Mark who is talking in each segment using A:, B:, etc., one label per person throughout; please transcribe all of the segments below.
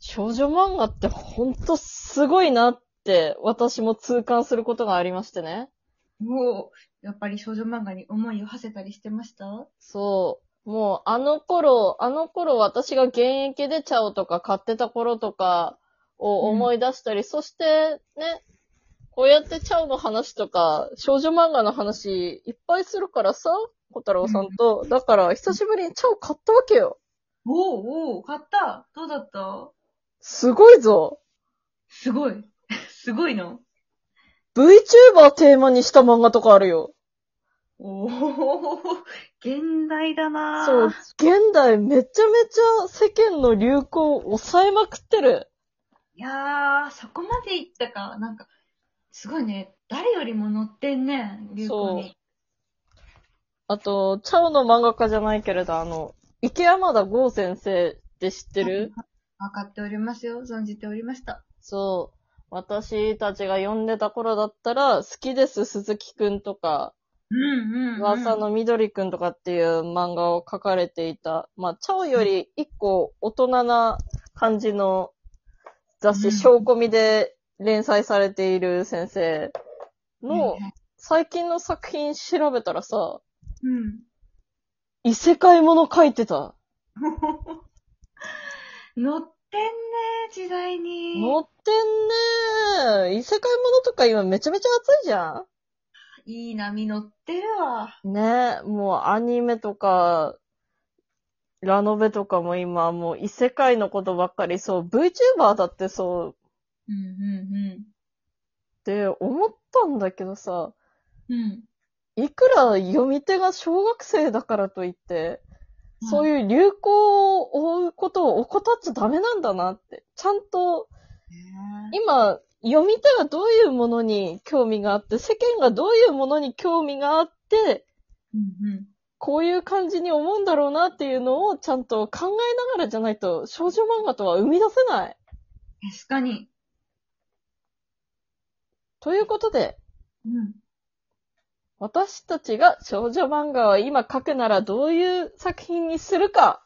A: 少女漫画ってほんとすごいなって、私も痛感することがありましてね。
B: もう、やっぱり少女漫画に思いを馳せたりしてました
A: そう。もう、あの頃、あの頃私が現役でチャオとか買ってた頃とかを思い出したり、そしてね、こうやってチャオの話とか、少女漫画の話いっぱいするからさ、小太郎さんと。だから、久しぶりにチャオ買ったわけよ。
B: おおおー買ったどうだった
A: すごいぞ。
B: すごい。 すごいの。
A: VTuber テーマにした漫画とかあるよ。
B: おお現代だな
A: そう、現代めちゃめちゃ世間の流行を抑えまくってる。
B: いやー、そこまでいったか。なんか、すごいね。誰よりも乗ってんね、流行に。
A: あと、チャオの漫画家じゃないけれど、あの、池山田剛先生って知ってる
B: 分かっておりますよ。存じておりました。
A: そう。私たちが読んでた頃だったら、好きです鈴木くんとか、
B: うんうん、うん。
A: 噂の緑くんとかっていう漫画を書かれていた、まあ、チャオより一個大人な感じの雑誌、
B: うん
A: 小込みで連載されている先生の
B: はいはい
A: 最近の作品調べたらさ、
B: うん。
A: 異世界もの書いてた。
B: 乗ってんね、時代に。
A: 乗ってんね異世界ものとか今めちゃめちゃ熱いじゃ
B: いい波乗ってるわ。
A: んねえ、もうアニメとか、ラノベとかも今もう異世界のことばっかりそう、VTuber だってそう、
B: うんう
A: って思ったんだけどさ、
B: んうん。うん。
A: いくら読み手が小学生だからといって、そう
B: う
A: いう流行を追うことを怠っちゃダメなんだなって。ちゃんと、
B: ん。ね
A: 今、読み手がどういうものに興味があって、世間がどういうものに興味があって、
B: うんうん。
A: こういう感じに思うんだろうなっていうのをちゃんと考えながらじゃないと少女漫画とは生み出せない。
B: 確かに。
A: ということで、
B: うん。
A: 私たちが少女漫画を今描くならどういう作品にするか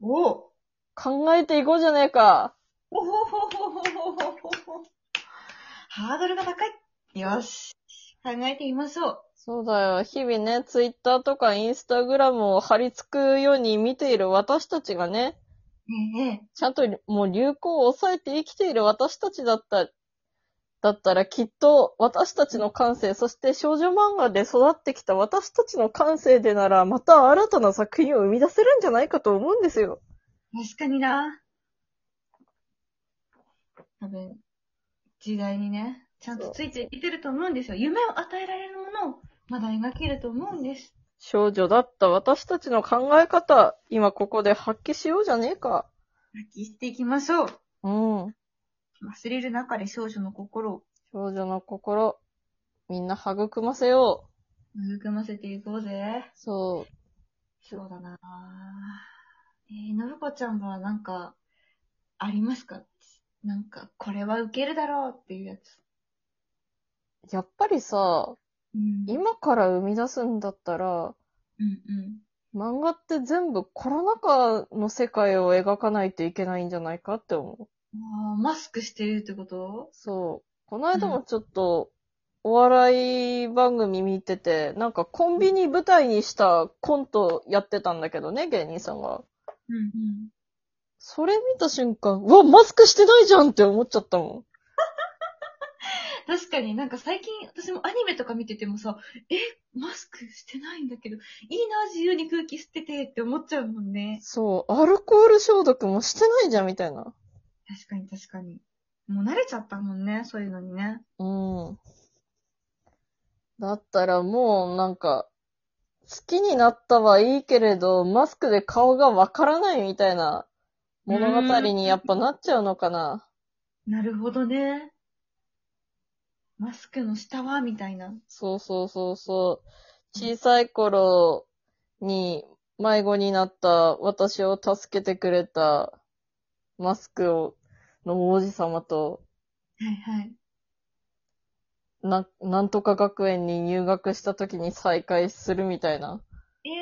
B: おお
A: 考えていこうじゃねえか。
B: おほほほほほほほほ。 ハードルが高い。よし。考えてみましょう。
A: そうだよ。日々ね、ツイッターとかインスタグラムを貼り付くように見ている私たちがね、
B: ええ。
A: ちゃんともう流行を抑えて生きている私たちだった、だったらきっと私たちの感性、そして少女漫画で育ってきた私たちの感性でならまた新たな作品を生み出せるんじゃないかと思うんですよ。
B: 確かにな。多分、時代にね、ちゃんとついていけると思うんですよ。夢を与えられるものをまだ描けると思うんです。
A: 少女だった私たちの考え方、今ここで発揮しようじゃねえか。
B: 発揮していきましょう。
A: うん。
B: 忘れる中で少女の心を
A: 少女の心、みんな育ませよう。
B: 育ませていこうぜ。
A: そう。
B: そうだなえー、のるこちゃんはなんか、ありますかなんか、これはウケるだろうっていうやつ。
A: やっぱりさ、
B: うんうん
A: 今から生み出すんだったら、
B: うん。
A: 漫画って全部コロナ禍の世界を描かないといけないんじゃないかって思う。
B: あーマスクしてるってこと
A: そう。この間もちょっと、お笑い番組見てて、なんかコンビニ舞台にしたコントやってたんだけどね、芸人さんが。
B: うんうん。
A: それ見た瞬間、うわ、マスクしてないじゃんって思っちゃったも
B: 確かになんか最近私もアニメとか見ててもさ、え、マスクしてないんだけど、いいな、自由に空気吸っててって思っちゃうもんね
A: ん。。そう、アルコール消毒もしてないじゃんみたいな。
B: 確かに確かに。もう慣れちゃったもんね、そういうのにね。
A: うん。だったらもうなんか、好きになったはいいけれど、マスクで顔がわからないみたいな物語にやっぱなっちゃうのかな。
B: なるほどね。マスクの下はみたいな。
A: そうそうそうそう。小さい頃に迷子になった私を助けてくれたマスクを、の王子様と、
B: はいはい。
A: な、なんとか学園に入学した時に再会するみたいな。
B: えー、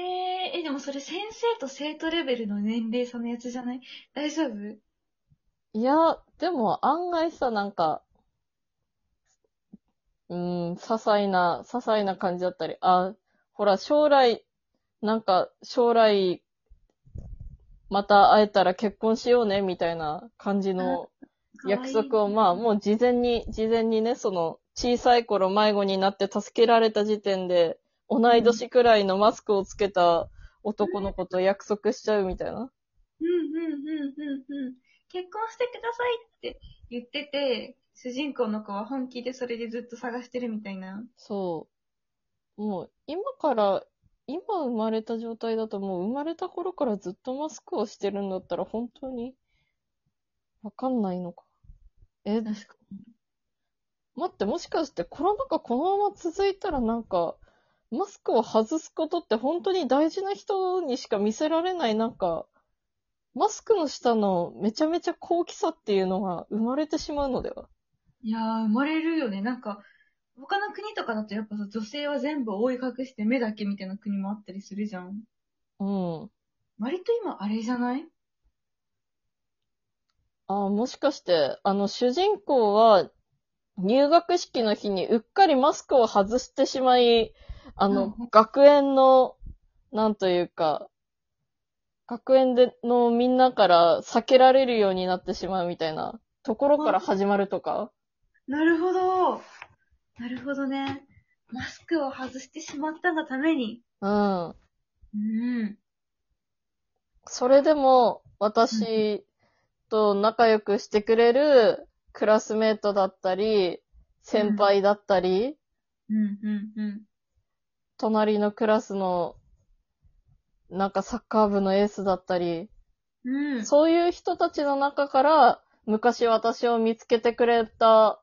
B: え、でもそれ先生と生徒レベルの年齢差のやつじゃない大丈夫
A: いや、でも案外さ、なんか、うーん、些細な、些細な感じだったり、あ、ほら、将来、なんか、将来、また会えたら結婚しようね、みたいな感じの約束を、まあ、もう事前に、事前にね、その、小さい頃迷子になって助けられた時点で、同い年くらいのマスクをつけた男の子と約束しちゃうみたいな。
B: うんうんうんうんうん。結婚してくださいって言ってて、主人公の子は本気でそれでずっと探してるみたいな。
A: そう。もう、今から、今生まれた状態だと、もう生まれた頃からずっとマスクをしてるんだったら、本当に、わかんないのか。え、待
B: 確か
A: って、もしかしてコロナ禍このまま続いたらなんか、マスクを外すことって本当に大事な人にしか見せられない、なんか、マスクの下のめちゃめちゃ高貴さっていうのが生まれてしまうのでは。
B: いやー、生まれるよね。なんか、他の国とかだとやっぱさ、女性は全部覆い隠して目だけみたいな国もあったりするじゃん。
A: うん。
B: 割と今あれじゃない
A: あー、もしかして、あの、主人公は、入学式の日にうっかりマスクを外してしまい、あの、
B: うんう
A: 学園の、なんというか、学園でのみんなから避けられるようになってしまうみたいなところから始まるとか、
B: なるほど。なるほどね。マスクを外してしまったがために。
A: うん。
B: うん。
A: それでも、私と仲良くしてくれるクラスメートだったり、先輩だったり、
B: うん、うん、うん。
A: 隣のクラスの、なんかサッカー部のエースだったり、
B: うん。
A: そういう人たちの中から、昔私を見つけてくれた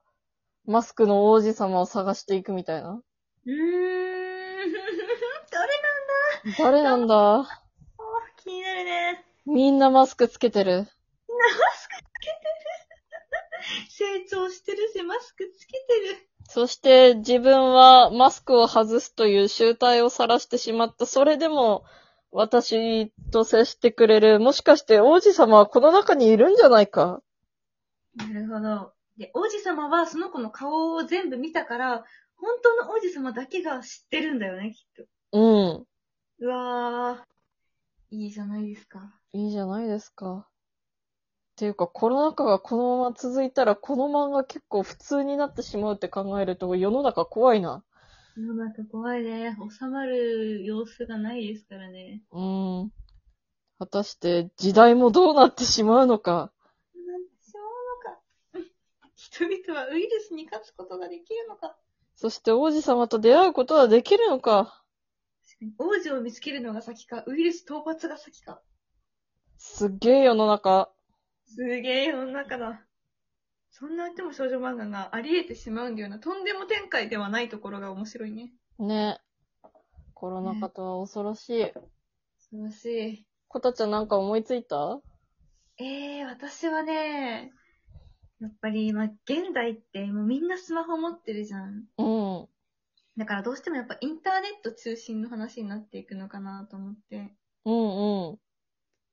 A: マスクの王子様を探していくみたいな。
B: うーん。 どれなんだ
A: 誰なんだ
B: 気になるね。
A: みんなマスクつけてる。
B: 成長してるし、マスクつけてる。
A: そして自分はマスクを外すという集体を晒してしまった。それでも私と接してくれる。もしかして王子様はこの中にいるんじゃないか
B: なるほど。で、王子様はその子の顔を全部見たから、本当の王子様だけが知ってるんだよね、きっと。
A: うん。
B: うわー。いいじゃないですか。
A: いいじゃないですか。っていうか、コロナ禍がこのまま続いたら、この漫画結構普通になってしまうって考えると、世の中怖いな。
B: 世の中怖いね。収まる様子がないですからね。
A: うーん。果たして、時代もどうなってしまうのか。
B: なんてしまうのか。 人々はウイルスに勝つことができるのか。
A: そして王子様と出会うことはできるのか。
B: 王子を見つけるのが先か、ウイルス討伐が先か。
A: すっげえ世の中。
B: すげえ世の中だ。そんなあっても少女漫画があり得てしまうんだよな。とんでも展開ではないところが面白いね。
A: ね。コロナ禍とは恐ろしい。
B: 素晴らし
A: コタちゃんなんか思いついた
B: い。ええー、私はね、やっぱり今、現代ってもうみんなスマホ持ってるじゃん。
A: うん。
B: だからどうしてもやっぱインターネット中心の話になっていくのかなと思って。
A: うんうん。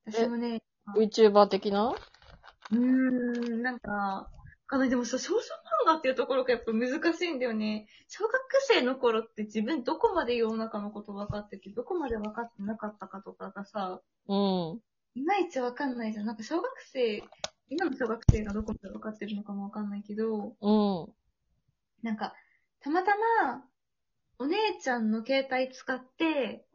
B: 私もね、
A: VTuber 的な
B: うーん、なんか、あの、でもさ、少女漫画っていうところがやっぱ難しいんだよね。小学生の頃って自分どこまで世の中のこと分かってて、どこまで分かってなかったかとかがさ、
A: うん。
B: いまいち分かんないじゃん。なんか小学生、今の小学生がどこまで分かってるのかも分かんないけど、
A: うん。
B: なんか、たまたま、お姉ちゃんの携帯使って、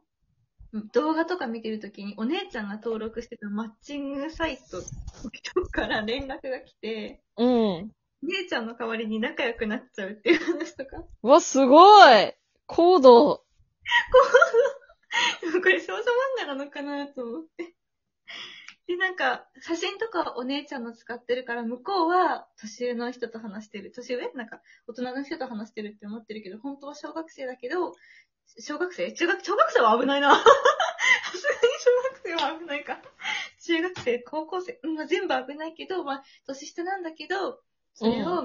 B: 動画とか見てるときに、お姉ちゃんが登録してたマッチングサイトの人から連絡が来て、
A: うん。
B: 姉ちゃんの代わりに仲良くなっちゃうっていう話とか。 こ
A: うわ、すごいコード。
B: うこれ少女漫画なのかなと思って。 で、なんか、写真とかはお姉ちゃんの使ってるから、向こうは年上の人と話してる。年上なんか、大人の人と話してるって思ってるけど、本当は小学生だけど、小学生中学、小学生は危ないな。 さすがに小学生は危ないか。中学生、高校生、うんまあ、全部危ないけど、まあ、年下なんだけど、それを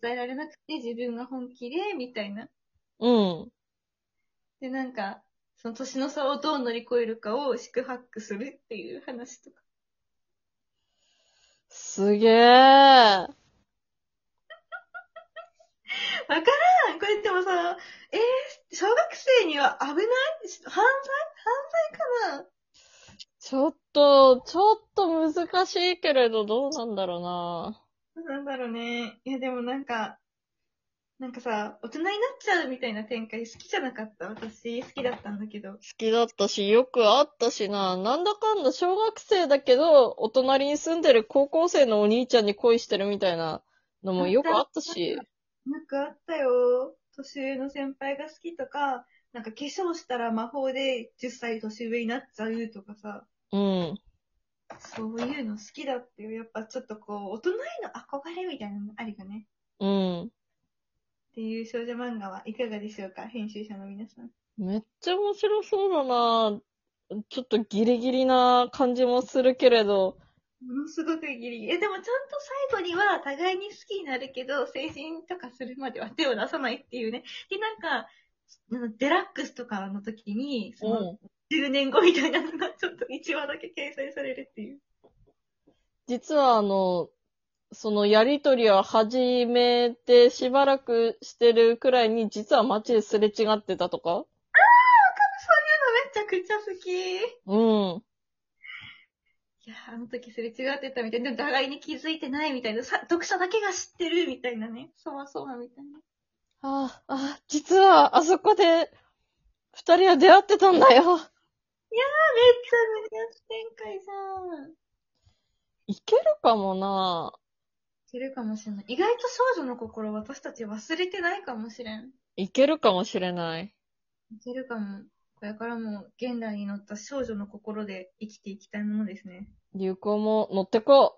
B: 伝えられなくて、自分が本気で、みたいな。
A: うん。
B: で、なんか、その年の差をどう乗り越えるかを四苦八苦するっていう話とか。
A: すすげえ。
B: これでもさ、えー、小学生には危ない犯罪犯罪かな
A: ちょっと、ちょっと難しいけれど、どうなんだろうな。
B: どうなんだろうね。いや、でもなんか、なんかさ、大人になっちゃうみたいな展開好きじゃなかった私、好きだったんだけど。
A: 好きだったし、よくあったしな。なんだかんだ小学生だけど、お隣に住んでる高校生のお兄ちゃんに恋してるみたいなのもよくあったし。
B: なんかあったよ。年上の先輩が好きとか、なんか化粧したら魔法で10歳年上になっちゃうとかさ、
A: うん。
B: そういうの好きだってよ。やっぱちょっとこう、大人への憧れみたいなのあるよね。
A: うん。
B: っていう少女漫画はいかがでしょうか編集者の皆さん。
A: めっちゃ面白そうだな。ちょっとギリギリな感じもするけれど。
B: ものすごくギリギリ。え、でもちゃんと最後には互いに好きになるけど、成人とかするまでは手を出さないっていうね。で、なんか、なんかデラックスとかの時に、その
A: ん。
B: 10年後みたいなのがちょっと1話だけ掲載されるっていう。
A: 実はあの、そのやりとりを始めてしばらくしてるくらいに、実は街ですれ違ってたとか
B: そういうのめちゃくちゃ好き。い
A: うん。
B: やー、あの時すれ違ってたみたいな。でも互いに気づいてないみたいな。さ読者だけが知ってるみたいなね。そわそわみたいな。
A: ああ、あ、実はあそこで、二人は出会ってたんだよ。
B: あ、めっちゃ胸熱展開じゃん。
A: いけるかもな。
B: いけるかもしれない。意外と少女の心私たち忘れてないかもしれん。
A: いけるかもしれない。
B: いけるかも。これからも現代に乗った少女の心で生きていきたいものですね。
A: 流行も乗ってこう。